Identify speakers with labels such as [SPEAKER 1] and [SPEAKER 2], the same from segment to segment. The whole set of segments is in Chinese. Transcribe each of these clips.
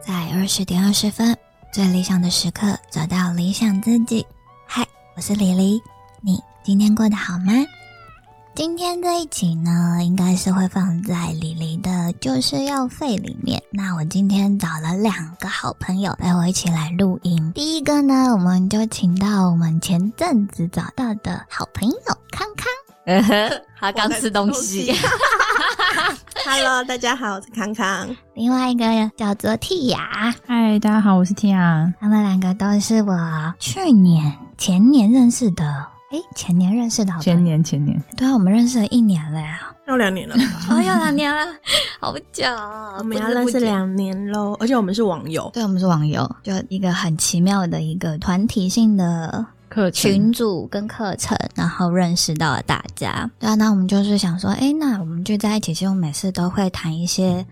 [SPEAKER 1] 在二十点二十分，最理想的时刻，找到理想自己。嗨，我是李黎，你今天过得好吗？今天这一集呢，应该是会放在李黎的就是要费里面。那我今天找了两个好朋友陪我一起来录音。第一个呢，我们就请到我们前阵子找到的好朋友康康。
[SPEAKER 2] 嗯哼，他
[SPEAKER 3] 我在吃东西 Hello，大家好，我是康康。
[SPEAKER 1] 另外一个叫做蒂雅，
[SPEAKER 2] 嗨，大家好，我是 Tia。
[SPEAKER 1] 他们两个都是我去年、前年认识的。诶，前年认识的好朋友
[SPEAKER 2] 前，年前年，
[SPEAKER 1] 对啊，我们认识了一年了 呀，
[SPEAKER 3] 要两年了吧，
[SPEAKER 1] 哦，要两年了，好久哦，
[SPEAKER 3] 我们
[SPEAKER 1] 不
[SPEAKER 3] 要
[SPEAKER 1] 知
[SPEAKER 3] 认
[SPEAKER 1] 不
[SPEAKER 3] 识
[SPEAKER 1] 觉
[SPEAKER 3] 两年喽，而且我们是网友，
[SPEAKER 1] 对，我们是网友，就一个很奇妙的一个团体性的
[SPEAKER 2] 课
[SPEAKER 1] 群组跟课程，然后认识到了大家。对啊，那我们就是想说，诶，那我们聚在一起，其实我每次都会谈一些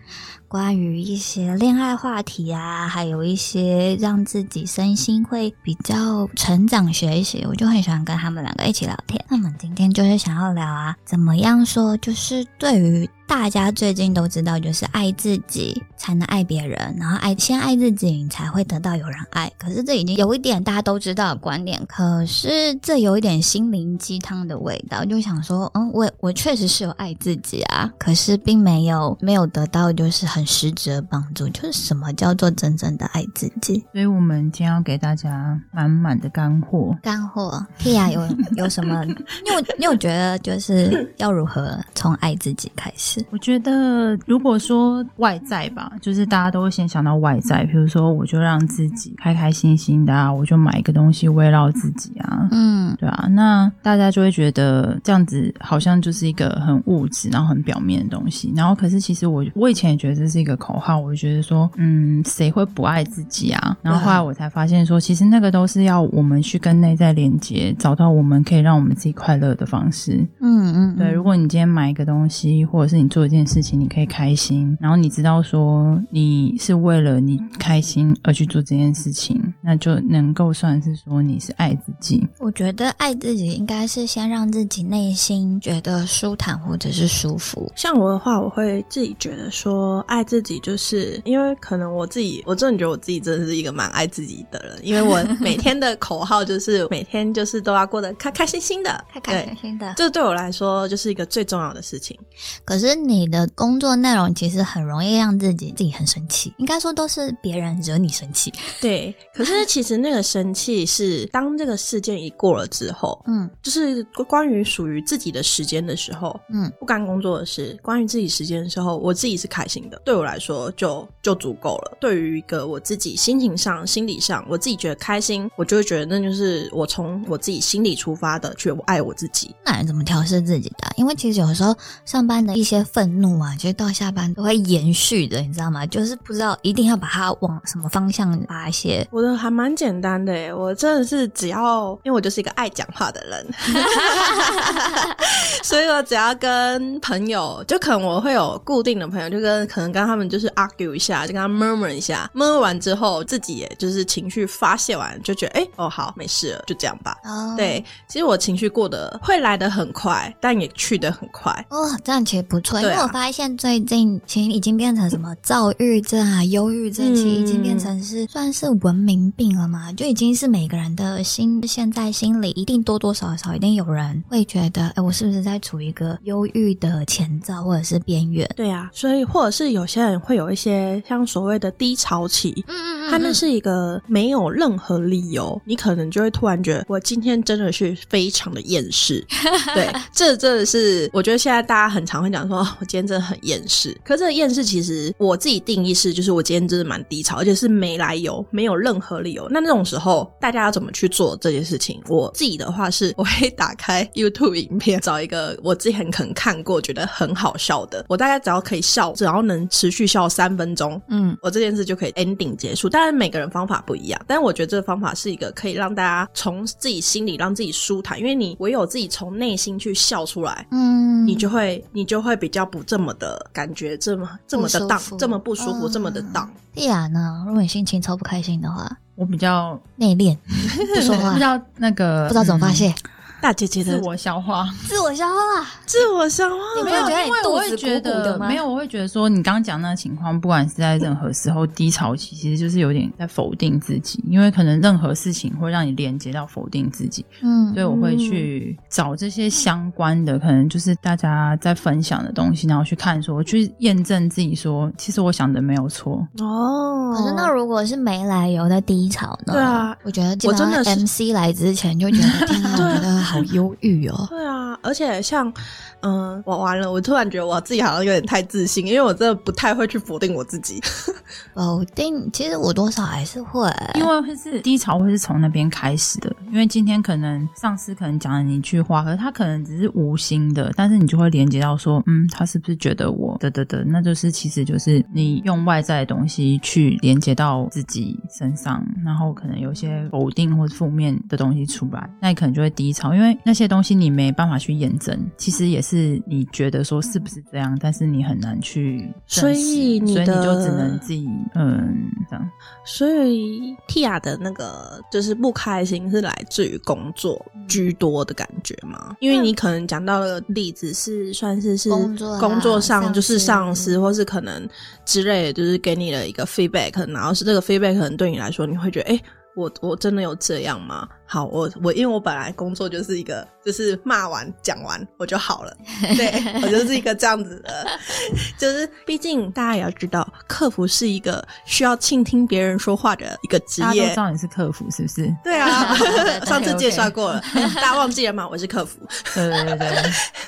[SPEAKER 1] 关于一些恋爱话题啊，还有一些让自己身心会比较成长学习，我就很喜欢跟他们两个一起聊天。那我们今天就是想要聊啊，怎么样说，就是对于大家最近都知道，就是爱自己才能爱别人，然后爱先爱自己，你才会得到有人爱。可是这已经有一点大家都知道的观点，可是这有一点心灵鸡汤的味道，就想说，嗯，我我确实是有爱自己啊，可是并没有没有得到就是很实质的帮助，就是什么叫做真正的爱自己？
[SPEAKER 2] 所以我们今天要给大家满满的干货。
[SPEAKER 1] 干货，Tia 有有什么？你有你有觉得就是要如何从爱自己开始？
[SPEAKER 2] 我觉得，如果说外在吧，就是大家都会先想到外在，比如说，我就让自己开开心心的啊，我就买一个东西慰劳自己啊，
[SPEAKER 1] 嗯
[SPEAKER 2] 对啊，那大家就会觉得这样子好像就是一个很物质，然后很表面的东西。然后，可是其实我我以前也觉得这是一个口号，我就觉得说，嗯，谁会不爱自己啊？然后后来我才发现说，其实那个都是要我们去跟内在连接，找到我们可以让我们自己快乐的方式。
[SPEAKER 1] 嗯嗯，
[SPEAKER 2] 对，如果你今天买一个东西，或者是你做一件事情，你可以开心，然后你知道说你是为了你开心而去做这件事情，那就能够算是说你是爱自己。
[SPEAKER 1] 我觉得爱自己应该是先让自己内心觉得舒坦或者是舒服。
[SPEAKER 3] 像我的话，我会自己觉得说，爱自己就是因为可能我自己，我真的觉得我自己真的是一个蛮爱自己的人，因为我每天的口号就是每天就是都要过得开开心心的，
[SPEAKER 1] 开开
[SPEAKER 3] 对，
[SPEAKER 1] 心心的，
[SPEAKER 3] 这对我来说就是一个最重要的事情。
[SPEAKER 1] 可是你的工作内容其实很容易让自己自己很生气，应该说都是别人惹你生气。
[SPEAKER 3] 对，可是其实那个生气是当这个事件一过了之后，
[SPEAKER 1] 嗯
[SPEAKER 3] 就是关于属于自己的时间的时候，
[SPEAKER 1] 嗯，
[SPEAKER 3] 不干工作的事，关于自己时间的时候，我自己是开心的，对我来说就就足够了。对于一个我自己心情上、心理上，我自己觉得开心，我就会觉得那就是我从我自己心里出发的去爱我自己。
[SPEAKER 1] 那人怎么调试自己的啊？因为其实有时候上班的一些愤怒啊，其实到下班都会延续的，你知道吗？就是不知道一定要把它往什么方向发泄。
[SPEAKER 3] 我的还蛮简单的耶，我真的是只要，因为我就是一个爱讲话的 人，所以我只要跟朋友，就可能我会有固定的朋友，就跟可能跟他们就是 argue 一下，就跟他 murmur 一下，murmur 完之后，自己也就是情绪发泄完，就觉得哎、诶哦好，没事了，就这样吧。
[SPEAKER 1] 哦，
[SPEAKER 3] 对，其实我情绪过得会来得很快，但也去得很快。
[SPEAKER 1] 哦，这样其实不错，因
[SPEAKER 3] 对
[SPEAKER 1] 为
[SPEAKER 3] 啊
[SPEAKER 1] 我发现最近其实已经变成什么躁郁症啊、忧郁症，
[SPEAKER 3] 嗯
[SPEAKER 1] 其实已经变成是算是文明病了嘛，就已经是每个人的心现在心里一定多多少少一定有人会觉得，哎，我是不是在处于一个忧郁的前兆或者是边缘？
[SPEAKER 3] 对啊，所以或者是有些人会有一些像所谓的低潮期，
[SPEAKER 1] 嗯
[SPEAKER 3] 他那是一个没有任何理由，你可能就会突然觉得，我今天真的是非常的厌世。 对，这真的是我觉得现在大家很常会讲说，哦我今天真的很厌世。可这个厌世其实我自己定义是，就是我今天真的蛮低潮，而且是没来由，没有任何理由。那那种时候，大家要怎么去做这件事情？我自己的话是，我会打开 YouTube 影片，找一个我之前可能看过觉得很好笑的，我大概只要可以笑，只要能持续笑三分钟，
[SPEAKER 1] 嗯，
[SPEAKER 3] 我这件事就可以 ending 结束。当然每个人方法不一样，但我觉得这个方法是一个可以让大家从自己心里让自己舒坦，因为你唯有自己从内心去笑出来。
[SPEAKER 1] 嗯，
[SPEAKER 3] 你就会，你就会比较不这么的感觉，这么这么的
[SPEAKER 1] 不舒
[SPEAKER 3] 荡
[SPEAKER 1] 服，
[SPEAKER 3] 这么不舒服，
[SPEAKER 1] 嗯
[SPEAKER 3] 这么的荡。
[SPEAKER 1] 蒂亚呢？啊如果你心情超不开心的话，
[SPEAKER 2] 我比较
[SPEAKER 1] 内敛，不说话
[SPEAKER 2] 不知，道那个嗯
[SPEAKER 1] 不知道怎么发、泄。
[SPEAKER 3] 大姐姐
[SPEAKER 2] 自
[SPEAKER 3] 的
[SPEAKER 2] 我消化。
[SPEAKER 1] 自我消化，
[SPEAKER 3] 自我消化，
[SPEAKER 1] 你
[SPEAKER 2] 没
[SPEAKER 1] 没
[SPEAKER 2] 有，
[SPEAKER 1] 有觉得
[SPEAKER 2] 因
[SPEAKER 1] 你
[SPEAKER 2] 为我
[SPEAKER 1] 肚
[SPEAKER 2] 会
[SPEAKER 1] 子鼓
[SPEAKER 2] 觉
[SPEAKER 1] 鼓
[SPEAKER 2] 得
[SPEAKER 1] 的吗
[SPEAKER 2] 没有，我会觉得说，你刚刚讲那个情况，不管是在任何时候低潮期，其实就是有点在否定自己，因为可能任何事情会让你连接到否定自己，
[SPEAKER 1] 嗯
[SPEAKER 2] 所以我会去找这些相关的，可能就是大家在分享的东西，然后去看说，去验证自己说，其实我想的没有错。
[SPEAKER 3] 哦，
[SPEAKER 1] 可是那如果是没来由的低潮呢？
[SPEAKER 3] 对啊，
[SPEAKER 1] 我觉得基
[SPEAKER 3] 我
[SPEAKER 1] 本上
[SPEAKER 3] 真的是
[SPEAKER 1] MC 来之前就觉得，天哪，啊我觉得好忧郁哦。
[SPEAKER 3] 对啊，而且像，嗯、我完了，我突然觉得我自己好像有点太自信，因为我真的不太会去否定我自己。
[SPEAKER 1] 否定，哦其实我多少还是会，
[SPEAKER 2] 因为会是低潮会是从那边开始的，因为今天可能上司可能讲了你一句话，可是他可能只是无心的，但是你就会连接到说，嗯，他是不是觉得我的的的，那就是其实就是你用外在的东西去连接到自己身上，然后可能有一些否定或者负面的东西出来，那你可能就会低潮，因为那些东西你没办法去验证，其实也是你觉得说是不是这样，但是你很难去证实，
[SPEAKER 3] 所以你
[SPEAKER 2] 所以你就只
[SPEAKER 3] 的
[SPEAKER 2] 能自己嗯这样。
[SPEAKER 3] 所以 Tia 的那个就是不开心是来自于工作居多的感觉
[SPEAKER 1] 嗯
[SPEAKER 3] 吗？因为你可能讲到的例子是算是是
[SPEAKER 1] 工作啊
[SPEAKER 3] 工作上
[SPEAKER 1] 上
[SPEAKER 3] 就是
[SPEAKER 1] 司
[SPEAKER 3] 上司或是可能之类的，就是给你的一个 feedback，然后是这个 feedback 可能对你来说你会觉得哎。诶我我真的有这样吗？好，我我因为我本来工作就是一个就是骂完讲完我就好了，对我就是一个这样子的就是毕竟大家也要知道，客服是一个需要倾听别人说话的一个职
[SPEAKER 2] 大家都
[SPEAKER 3] 业
[SPEAKER 2] 知。道你是客服，是不是？
[SPEAKER 3] 对 啊
[SPEAKER 1] 对，
[SPEAKER 3] 上次
[SPEAKER 2] OK，OK
[SPEAKER 3] 介绍过了，大家忘记了吗？我是客服。
[SPEAKER 2] 对对 对对，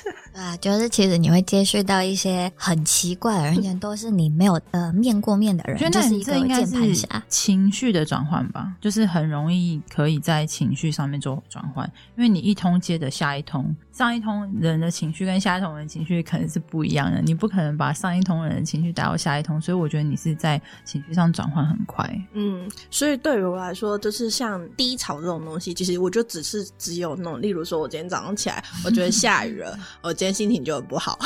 [SPEAKER 1] 对啊，就是其实你会接触到一些很奇怪的人，而且都是你没有呃面过面的
[SPEAKER 2] 我觉得
[SPEAKER 1] 人，就
[SPEAKER 2] 那
[SPEAKER 1] 是
[SPEAKER 2] 你
[SPEAKER 1] 一个
[SPEAKER 2] 这应该
[SPEAKER 1] 键盘
[SPEAKER 2] 是
[SPEAKER 1] 侠。
[SPEAKER 2] 情绪的转换吧，就是很容易可以在情绪上面做转换，因为你一通接着下一通，上一通人的情绪跟下一通人的情绪可能是不一样的，你不可能把上一通人的情绪打到下一通，所以我觉得你是在情绪上转换很快。
[SPEAKER 3] 嗯，所以对于我来说，就是像低潮这种东西，其实我就只是只有那种，例如说，我今天早上起来，我觉得下 雨了，我今天心情就很不好，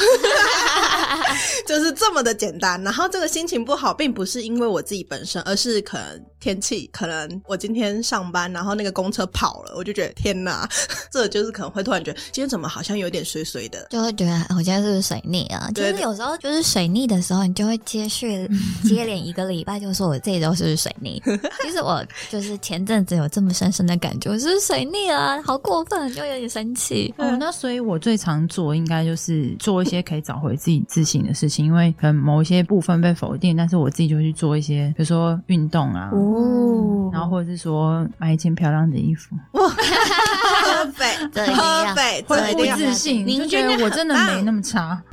[SPEAKER 3] 就是这么的简单。然后这个心情不好，并不是因为我自己本身，而是可能天气，可能我今天上班，然后那个公车跑了，我就觉得天哪， 这就是可能会突然觉得今天怎么好像有点水水的，
[SPEAKER 1] 就会觉得哎我现在是不是水逆啊？就
[SPEAKER 3] 对
[SPEAKER 1] 是有时候就是水逆的时候，你就会接续接连一个礼拜，就说我这一周是不是水逆？其实我就是前阵子有这么深深的感觉，我是不是水逆啊，好过分，就有点生气。
[SPEAKER 3] 嗯
[SPEAKER 2] 哦，那所以我最常做应该就是做一些可以找回自己自信的事情，因为可能某一些部分被否定，但是我自己就去做一些，比如说运动啊，
[SPEAKER 1] 哦
[SPEAKER 2] 然后或者是说买一件漂亮的衣服，
[SPEAKER 3] 喝北，
[SPEAKER 1] 这一定要
[SPEAKER 3] 喝北，
[SPEAKER 1] 这对
[SPEAKER 2] 恢
[SPEAKER 3] 这
[SPEAKER 1] 一
[SPEAKER 2] 复
[SPEAKER 1] 定要
[SPEAKER 3] 样，
[SPEAKER 2] 自信，
[SPEAKER 3] 您
[SPEAKER 2] 就觉
[SPEAKER 3] 真的
[SPEAKER 2] 得我嗯
[SPEAKER 3] 很
[SPEAKER 2] 真的
[SPEAKER 3] 棒
[SPEAKER 2] 没那么差。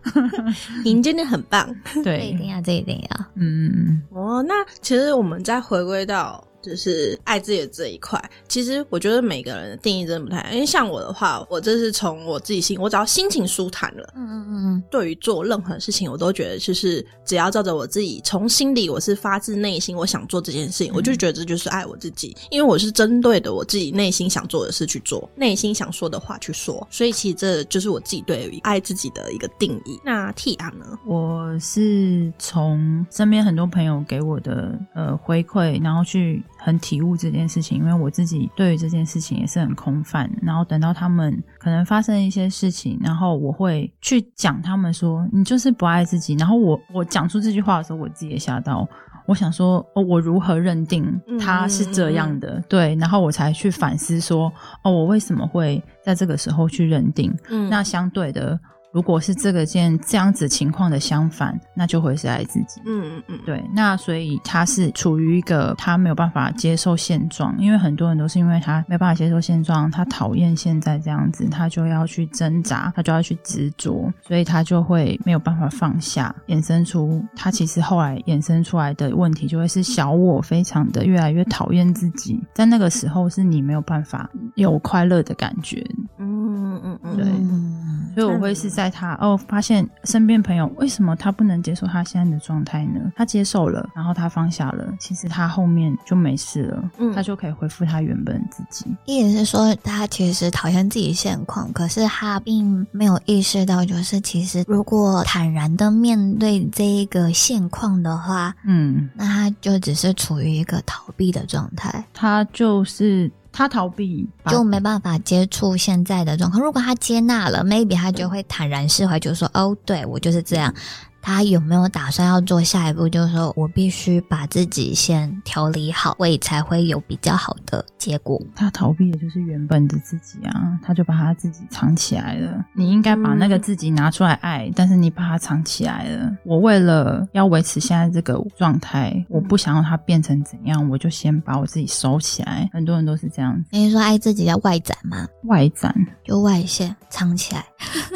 [SPEAKER 3] 您真的很棒。
[SPEAKER 1] 这一
[SPEAKER 2] 对，
[SPEAKER 1] 定要，这一定啊要。
[SPEAKER 2] 嗯，
[SPEAKER 3] 哦，那其实我们再回归到就是爱自己的这一块，其实我觉得每个人的定义真的不太一样。因为像我的话，我这是从我自己心，我只要心情舒坦了，
[SPEAKER 1] 嗯嗯嗯嗯，
[SPEAKER 3] 对于做任何事情，我都觉得就是只要照着我自己，从心里我是发自内心我想做这件事情，我就觉得这就是爱我自己，因为我是针对的我自己内心想做的事去做，内心想说的话去说，所以其实这就是我自己对于爱自己的一个定义。那 T R 呢？
[SPEAKER 2] 我是从身边很多朋友给我的呃回馈，然后去很体悟这件事情，因为我自己对于这件事情也是很空泛的。然后等到他们可能发生一些事情，然后我会去讲他们说你就是不爱自己。然后我我讲出这句话的时候，我自己也吓到，我想说，哦，我如何认定他是这样的？对，然后我才去反思说，哦，我为什么会在这个时候去认定？
[SPEAKER 3] 嗯
[SPEAKER 2] 那相对的，如果是这个件这样子情况的相反，那就会是爱自己。
[SPEAKER 3] 嗯嗯嗯，
[SPEAKER 2] 对，那所以他是处于一个他没有办法接受现状，因为很多人都是因为他没有办法接受现状，他讨厌现在这样子，他就要去挣扎，他就要去执着，所以他就会没有办法放下，衍生出他其实后来衍生出来的问题就会是小我非常的越来越讨厌自己，在那个时候是你没有办法有快乐的感觉，
[SPEAKER 3] 嗯嗯嗯，
[SPEAKER 2] 对
[SPEAKER 1] 嗯
[SPEAKER 2] 所以我会是在他哦，发现身边朋友为什么他不能接受他现在的状态呢？他接受了，然后他放下了，其实他后面就没事了，
[SPEAKER 3] 嗯
[SPEAKER 2] 他就可以恢复他原本自己。
[SPEAKER 1] 意思是说，他其实讨厌自己现况，可是他并没有意识到，就是其实如果坦然的面对这一个现况的话，
[SPEAKER 2] 嗯，
[SPEAKER 1] 那他就只是处于一个逃避的状态。
[SPEAKER 2] 他就是他逃避把，
[SPEAKER 1] 就没办法接触现在的状况。如果他接纳了，maybe 他就会坦然释怀，就说
[SPEAKER 2] 嗯
[SPEAKER 1] 哦，对我就是这样。他有没有打算要做下一步？就是说我必须把自己先调理好，所以才会有比较好的结果。
[SPEAKER 2] 他逃避的就是原本的自己啊，他就把他自己藏起来了。你应该把那个自己拿出来爱，但是你把它藏起来了。我为了要维持现在这个状态，我不想让它变成怎样，我就先把我自己收起来。很多人都是这样子，
[SPEAKER 1] 所以说爱自己要外展嘛，
[SPEAKER 2] 外展。
[SPEAKER 1] 就外线藏起来。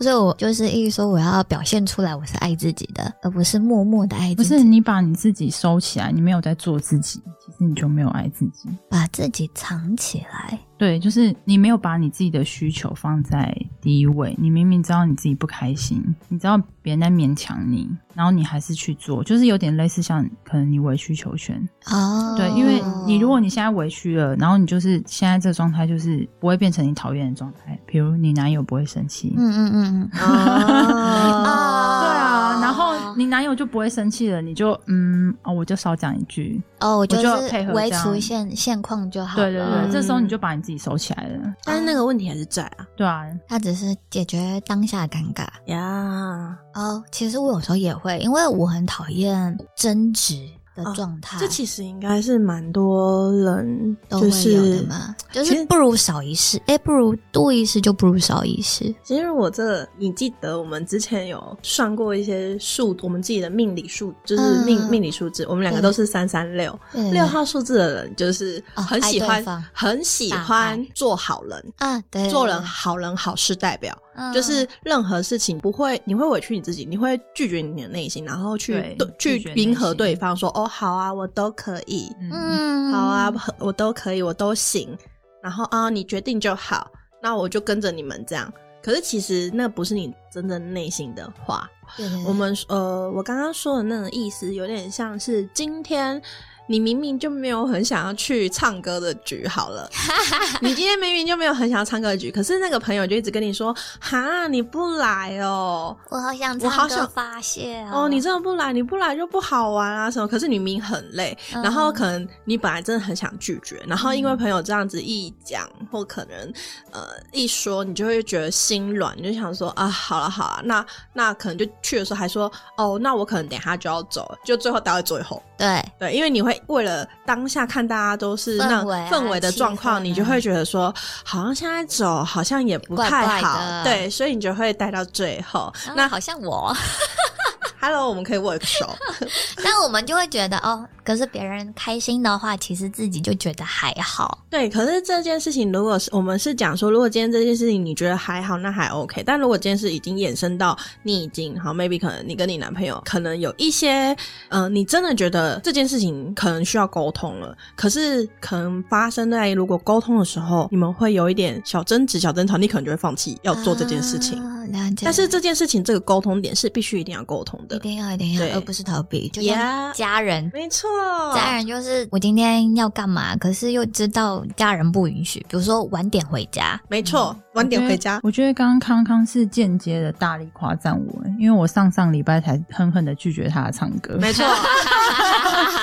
[SPEAKER 1] 所以我就是一说我要表现出来我是爱自己的，而不是默默的爱
[SPEAKER 2] 不
[SPEAKER 1] 自
[SPEAKER 2] 是
[SPEAKER 1] 己，
[SPEAKER 2] 你把你自己收起来，你没有在做自己，其实你就没有爱自己。
[SPEAKER 1] 把自己藏起来。
[SPEAKER 2] 对，就是你没有把你自己的需求放在第一位。你明明知道你自己不开心，你知道别人在勉强你，然后你还是去做，就是有点类似像可能你委曲求全。
[SPEAKER 1] 哦，
[SPEAKER 2] 对，因为你如果你现在委屈了，然后你就是现在这个状态，就是不会变成你讨厌的状态。比如你男友不会生气，
[SPEAKER 1] 嗯嗯嗯
[SPEAKER 3] 哦
[SPEAKER 1] 嗯，
[SPEAKER 3] 啊
[SPEAKER 1] 啊
[SPEAKER 2] 对啊，然后你男友就不会生气了，你就嗯哦，我就少讲一句，
[SPEAKER 1] 哦，我就
[SPEAKER 2] 就配
[SPEAKER 1] 是
[SPEAKER 2] 合
[SPEAKER 1] 维
[SPEAKER 2] 这样
[SPEAKER 1] 持现现况就好了。
[SPEAKER 2] 对对对，
[SPEAKER 3] 嗯
[SPEAKER 2] 这时候你就把你自己收起来了，
[SPEAKER 3] 但是那个问题还是在啊
[SPEAKER 2] 对啊，
[SPEAKER 1] 他只是解决当下尴尬。
[SPEAKER 3] 呀。
[SPEAKER 1] 哦，其实我有时候也会，因为我很讨厌争执的状态，
[SPEAKER 3] 哦这其实应该是蛮多人
[SPEAKER 1] 都
[SPEAKER 3] 就
[SPEAKER 1] 会有的
[SPEAKER 3] 是。
[SPEAKER 1] 嘛，就
[SPEAKER 3] 其实
[SPEAKER 1] 是不如少一事，哎，不如多一事就不如少一事。
[SPEAKER 3] 其实我这，你记得我们之前有算过一些数，我们自己的命理数，就是
[SPEAKER 1] 嗯
[SPEAKER 3] 命、命理数字，我们两个都是三三六，
[SPEAKER 1] 对
[SPEAKER 3] 六号数字的人就是
[SPEAKER 1] 哦
[SPEAKER 3] 很喜
[SPEAKER 1] 爱
[SPEAKER 3] 欢
[SPEAKER 1] 对方，
[SPEAKER 3] 很喜
[SPEAKER 1] 大
[SPEAKER 3] 欢
[SPEAKER 1] 爱
[SPEAKER 3] 做好人，
[SPEAKER 1] 啊，对，
[SPEAKER 3] 做人好人好事代表。
[SPEAKER 1] 嗯
[SPEAKER 3] 就是任何事情不会，你会委屈你自己，你会拒绝你的内心，然后去
[SPEAKER 2] 对
[SPEAKER 3] 对
[SPEAKER 2] 拒绝
[SPEAKER 3] 去
[SPEAKER 2] 内心
[SPEAKER 3] 迎合对方，说哦好啊，我都可以，
[SPEAKER 2] 嗯，
[SPEAKER 1] 嗯，
[SPEAKER 3] 好啊，我都可以，我都行，然后啊你决定就好，那我就跟着你们这样。可是其实那不是你真正内心的话，
[SPEAKER 1] 对，对对
[SPEAKER 3] 我们呃，我刚刚说的那个意思，有点像是今天你明明就没有很想要去唱歌的局，好了，你今天明明就没有很想要唱歌的局，可是那个朋友就一直跟你说，哈，你不来哦，
[SPEAKER 1] 我好想
[SPEAKER 3] 我好
[SPEAKER 1] 唱歌
[SPEAKER 3] 想
[SPEAKER 1] 发泄
[SPEAKER 3] 哦，你真的不来，你不来就不好玩啊什么。可是你明明很累，
[SPEAKER 1] 嗯
[SPEAKER 3] 然后可能你本来真的很想拒绝，然后因为朋友这样子一讲，或可能呃一说，你就会觉得心软，你就想说啊，好了好了，那那可能就去的时候还说哦，那我可能等一下就要走了，就最后倒在最后。
[SPEAKER 1] 对嗯
[SPEAKER 3] 对，因为你会为了当下看大家都是那
[SPEAKER 1] 氛围啊
[SPEAKER 3] 氛围的
[SPEAKER 1] 气
[SPEAKER 3] 状况，
[SPEAKER 1] 氛
[SPEAKER 3] 你就
[SPEAKER 1] 啊
[SPEAKER 3] 会觉得说，好像现在走好像也不
[SPEAKER 1] 怪
[SPEAKER 3] 太
[SPEAKER 1] 怪
[SPEAKER 3] 好，
[SPEAKER 1] 的
[SPEAKER 3] 对，所以你就会待到最 后。
[SPEAKER 1] 啊
[SPEAKER 3] 那
[SPEAKER 1] 好像我，
[SPEAKER 3] Hello，我们可以握个手。
[SPEAKER 1] 但我们就会觉得哦，可是别人开心的话，其实自己就觉得还好，
[SPEAKER 3] 对，可是这件事情，如果是我们是讲说，如果今天这件事情你觉得还好，那还 OK。但如果今天是已经衍生到你已经好，maybe 可能你跟你男朋友可能有一些，嗯、你真的觉得这件事情可能需要沟通了，可是可能发生在如果沟通的时候，你们会有一点小争执、小争吵，你可能就会放弃要做这件事情。
[SPEAKER 1] 啊了解，
[SPEAKER 3] 但是这件事情，这个沟通点是必须一定要沟通
[SPEAKER 1] 一
[SPEAKER 3] 的。
[SPEAKER 1] 定要一定
[SPEAKER 3] 对
[SPEAKER 1] 要，而不是逃避，就像
[SPEAKER 3] Yeah
[SPEAKER 1] 家人。
[SPEAKER 3] 没错，
[SPEAKER 1] 家人就是我今天要干嘛，可是又知道家人不允许，比如说晚点回家，
[SPEAKER 3] 没错，
[SPEAKER 1] 嗯
[SPEAKER 3] 晚点回家。
[SPEAKER 2] 我觉得刚刚康康是间接的大力夸赞我，因为我上上礼拜才狠狠的拒绝他的唱 歌。
[SPEAKER 3] 没错，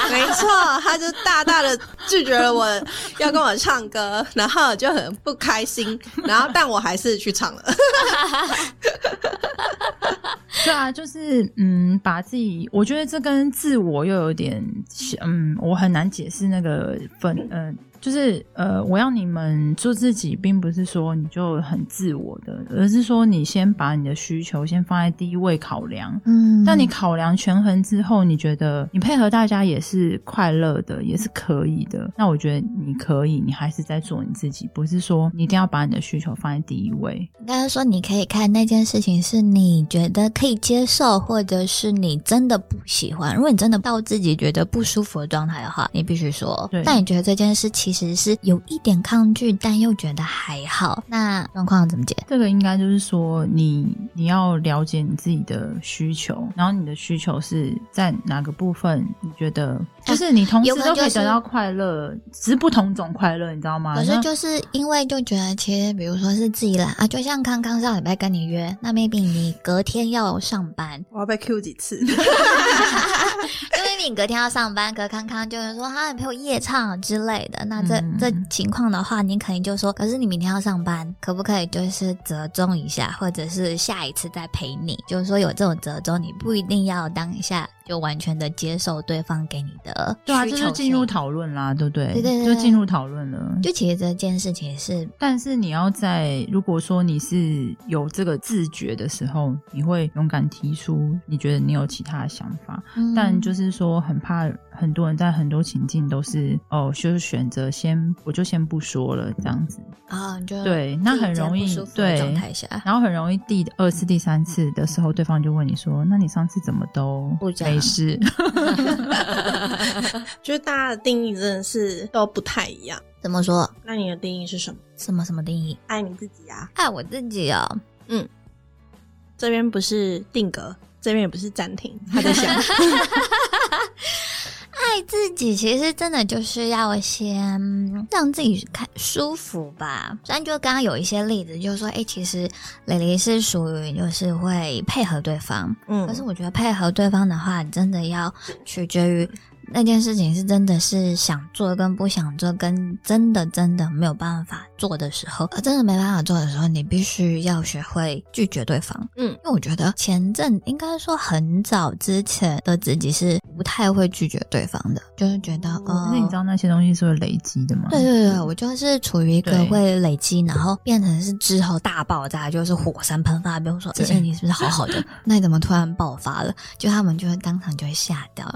[SPEAKER 3] 没错，他就大大的拒绝了我要跟我唱歌，然后我就很不开心，然后但我还是去唱了。
[SPEAKER 2] 对啊，就是嗯，把自己，我觉得这跟自我又有点，嗯，我很难解释那个分，嗯、就是呃，我要你们做自己，并不是说你就很自我的，而是说你先把你的需求先放在第一位考量，
[SPEAKER 1] 嗯，
[SPEAKER 2] 但你考量权衡之后，你觉得你配合大家也是快乐的，也是可以
[SPEAKER 1] 嗯
[SPEAKER 2] 的。那我觉得你可以，你还是在做你自己，不是说你一定要把你的需求放在第一位。
[SPEAKER 1] 应该说，你可以看那件事情是你觉得可以接受，或者是你真的不喜欢。如果你真的到自己觉得不舒服的状态的话，你必须说
[SPEAKER 2] 对。
[SPEAKER 1] 但你觉得这件事其实是有一点抗拒，但又觉得还好，那状况怎么解？
[SPEAKER 2] 这个应该就是说你，你要了解你自己的需求，然后你的需求是在哪个部分，你觉得就是你同时
[SPEAKER 1] 有可能
[SPEAKER 2] 都可以
[SPEAKER 1] 就是
[SPEAKER 2] 得到快乐，只是不同种快乐，你知道吗？
[SPEAKER 1] 可是
[SPEAKER 2] 那
[SPEAKER 1] 就是因为就觉得，其实比如说是自己懒啊，就像康康上礼拜跟你约，那 maybe 你隔天要上 班
[SPEAKER 3] ，我要被 Q 几 次？
[SPEAKER 1] 因为你隔天要上班，可康康就是说啊，你陪我夜唱之类的。那这、
[SPEAKER 2] 嗯
[SPEAKER 1] 这情况的话，你可能就说，可是呃你明天要上班，可不可以就是折中一下，或者是下一次再陪你？就是说有这种折中，你不一定要当下就完全的接受对方给你的
[SPEAKER 2] 对啊，
[SPEAKER 1] 需
[SPEAKER 2] 这
[SPEAKER 1] 求
[SPEAKER 2] 就进入
[SPEAKER 1] 性
[SPEAKER 2] 讨论啦，对不对？
[SPEAKER 1] 对对对对
[SPEAKER 2] 就进入讨论了。
[SPEAKER 1] 就其实这件事情是
[SPEAKER 2] 但是你要在如果说你是有这个自觉的时候，你会勇敢提出你觉得你有其他的想法，但
[SPEAKER 1] 嗯
[SPEAKER 2] 就是说很怕很多人在很多情境都是哦，就是选择先我就先不说了这样子，
[SPEAKER 1] 啊，你就
[SPEAKER 2] 对，那
[SPEAKER 1] 自己
[SPEAKER 2] 很
[SPEAKER 1] 在
[SPEAKER 2] 容
[SPEAKER 1] 不
[SPEAKER 2] 易
[SPEAKER 1] 舒服的
[SPEAKER 2] 对
[SPEAKER 1] 状态下，
[SPEAKER 2] 然后很容易第二次、第三次的时候，对方就问你说：“那你上次怎么都
[SPEAKER 1] 不讲嗯
[SPEAKER 2] 没事
[SPEAKER 3] 就是大家的定义真的是都不太一样。
[SPEAKER 1] 怎么说？
[SPEAKER 3] 那你的定义是什么？
[SPEAKER 1] 什么什么定义？
[SPEAKER 3] 爱你自己啊！
[SPEAKER 1] 爱我自己哦，
[SPEAKER 3] 这边不是定格，这边也不是暂 停，他在想。
[SPEAKER 1] 爱自己其实真的就是要先让自己看舒服吧。虽然就刚刚有一些例子，就是说，哎、其实蕾蕾是属于就是会配合对方，
[SPEAKER 3] 嗯
[SPEAKER 1] 可是我觉得配合对方的话，你真的要取决于那件事情是真的是想做跟不想做，跟真的真的没有办法做的时候，呃真的没办法做的时候，你必须要学会拒绝对方。
[SPEAKER 3] 嗯
[SPEAKER 1] 因为我觉得前阵应该说很早之前的自己是不太会拒绝对方的，就是觉得哦。
[SPEAKER 2] 可是你知道那些东西是会累积的吗？
[SPEAKER 1] 对啊对对，我就是处于一个
[SPEAKER 2] 对
[SPEAKER 1] 会累积，然后变成是之后大爆炸，就是火山喷发。比如说，之前你是不是好好的，那你怎么突然爆发了？就他们就会当场就会吓掉，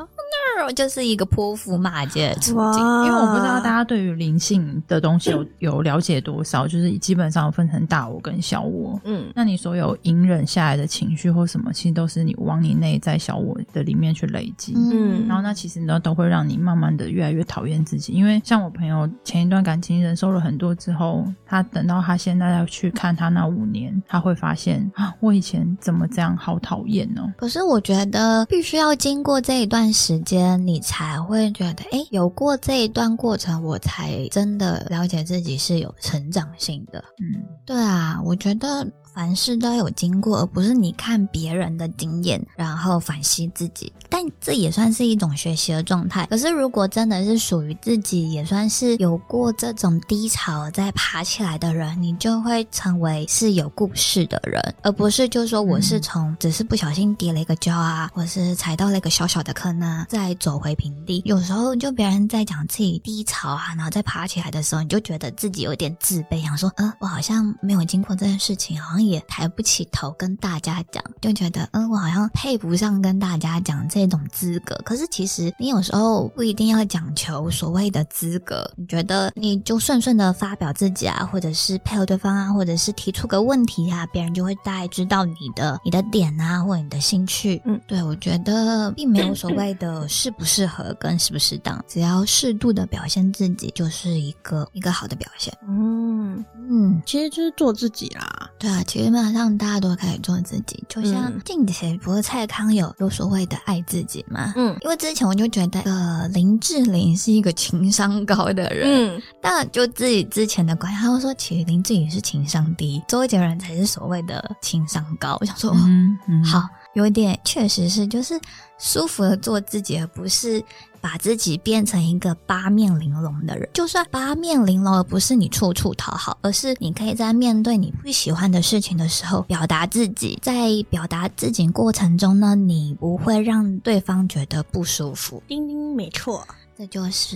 [SPEAKER 1] 那就是一个泼妇骂街的处境。
[SPEAKER 2] 因为我不知道大家对于灵性的东西有有了解多少，就是基本上分成大我跟小我。
[SPEAKER 3] 嗯
[SPEAKER 2] 那你所有隐忍下来的情绪或什么，其实都是你往你内在小我的里面去累积。
[SPEAKER 3] 嗯
[SPEAKER 2] 然后那其实呢，都会让你慢慢的越来越讨厌自己，因为像我朋友前一段感情忍受了很多之后，他等到他现在要去看他那五年，他会发现啊，我以前怎么这样，好讨厌哦。
[SPEAKER 1] 可是我觉得必须要经过这一段时间，你才会觉得，哎，有过这一段过程，我才真的了解自己是有成长性的。
[SPEAKER 2] 嗯，
[SPEAKER 1] 对啊，我觉得凡事都要有经过，而不是你看别人的经验，然后反思自己。但这也算是一种学习的状态。可是如果真的是属于自己，也算是有过这种低潮再爬起来的人，你就会成为是有故事的人，而不是就说我是从只是不小心跌了一个跤啊，或是踩到了一个小小的坑啊，再走回平地。有时候就别人在讲自己低潮啊，然后再爬起来的时候，你就觉得自己有点自卑，想说，呃，我好像没有经过这件事情，好像也抬不起头跟大家讲，就觉得，嗯、我好像配不上跟大家讲这种资格。可是其实你有时候不一定要讲求所谓的资格，你觉得你就顺顺的发表自己啊，或者是配合对方啊，或者是提出个问题啊，别人就会大概知道你的你的点啊，或者你的兴趣。
[SPEAKER 3] 嗯，
[SPEAKER 1] 对我觉得并没有所谓的适不适合跟适不适当，只要适度的表现自己，就是一个一个好的表现。
[SPEAKER 3] 嗯，
[SPEAKER 1] 嗯。
[SPEAKER 3] 其实就是做自己啦。
[SPEAKER 1] 对啊，其实基本上大家都可以做自己，就像
[SPEAKER 3] 嗯
[SPEAKER 1] 近期不是蔡康永有所谓的爱自己嘛。
[SPEAKER 3] 嗯
[SPEAKER 1] 因为之前我就觉得，呃，林志玲是一个情商高的人，
[SPEAKER 3] 嗯，
[SPEAKER 1] 但就自己之前的观察，他就说其实林志颖是情商低，周杰伦才是所谓的情商高。我想说，哇
[SPEAKER 2] 嗯嗯，
[SPEAKER 1] 哦好，有点确实是，就是舒服的做自己，而不是把自己变成一个八面玲珑的人。就算八面玲珑，而不是你处处讨好，而是你可以在面对你不喜欢的事情的时候表达自己，在表达自己过程中呢，你不会让对方觉得不舒服。
[SPEAKER 3] 丁丁没错。
[SPEAKER 1] 这就是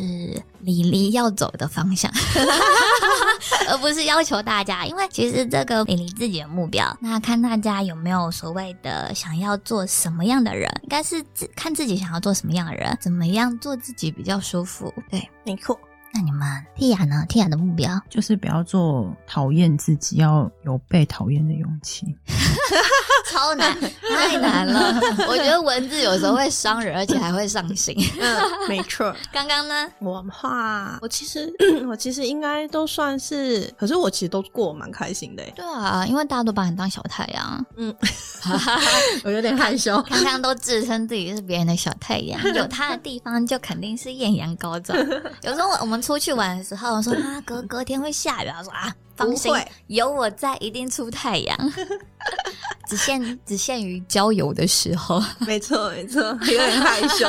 [SPEAKER 1] 李黎要走的方向， 而不是要求大家。因为其实这个李黎自己的目标，那看大家有没有所谓的想要做什么样的人，应该是自看自己想要做什么样的人，怎么样做自己比较舒服。对，
[SPEAKER 3] 没错，
[SPEAKER 1] 那你们 Tia 呢？Tia 的目标
[SPEAKER 2] 就是不要做讨厌自己，要有被讨厌的勇气。
[SPEAKER 1] 超难，太难了。 我觉得文字有时候会伤人，而且还会上心。
[SPEAKER 3] 嗯，没错。
[SPEAKER 1] 刚刚呢？
[SPEAKER 3] 我的话，我其实 我其实应该都算是，可是我其实都过得蛮开心的欸耶。
[SPEAKER 1] 对啊，因为大家都把你当小太阳，
[SPEAKER 3] 嗯， 我有点害羞。
[SPEAKER 1] 刚刚都自称自己是别人的小太 阳，有他的地方就肯定是艳阳高照。有时候我我们出去玩的时候，我说啊， 隔隔天会下雨啊，我说啊，放心
[SPEAKER 3] 不会，
[SPEAKER 1] 有我在，一定出太 阳。只限只限于郊游的时候，
[SPEAKER 3] 没错，没 错，有点害 羞。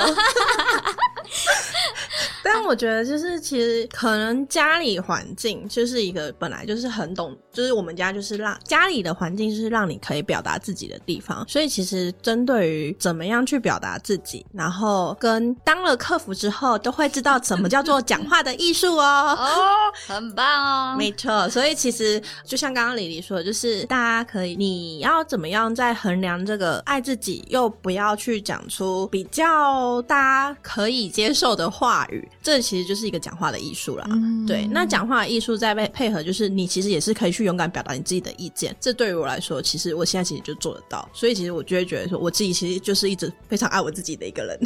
[SPEAKER 3] 但我觉得就是，其实可能家里环境就是一个本来就是很懂，就是我们家就是让家里的环境就是让你可以表达自己的地方，所以其实针对于怎么样去表达自己，然后跟当了客服之后，都会知道什么叫做讲话的艺术哦。
[SPEAKER 1] 哦， 很棒哦。
[SPEAKER 3] 没错，所以其实就像刚刚李黎说的，就是大家可以，你要怎么样在衡量这个爱自己，又不要去讲出比较大家可以接受的话语，这其实就是一个讲话的艺术啦。
[SPEAKER 1] 嗯
[SPEAKER 3] 对，那讲话的艺术再配配合，就是你其实也是可以去勇敢表达你自己的意见。这对于我来说，其实我现在其实就做得到，所以其实我就会觉得说，我自己其实就是一直非常爱我自己的一个人。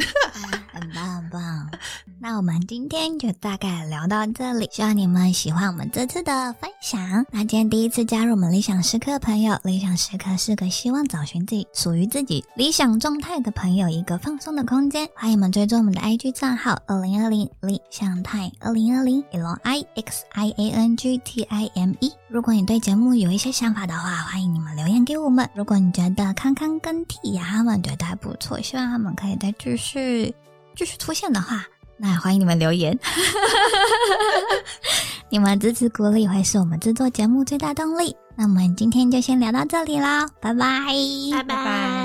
[SPEAKER 1] 啊 很棒很棒。那我们今天就大概聊到这里，希望你们喜欢我们这次的分享。那今天第一次加入我们理想时刻的朋友，理想时刻是个希望找寻自己属于自己理想状态的朋友一个放松的空间。欢迎你们追踪我们的 IG 账号二零二零理想态二零二零 L I X I A N G T I M E。如果你对节目有一些想法的话，欢迎你们留言给我们。如果你觉得康康跟 T 呀他们觉得还不错，希望他们可以再继续继续出现的话，那也欢迎你们留言。 你们支持鼓励会是我们制作节目最大动力。那我们今天就先聊到这里啦，拜拜，
[SPEAKER 3] 拜拜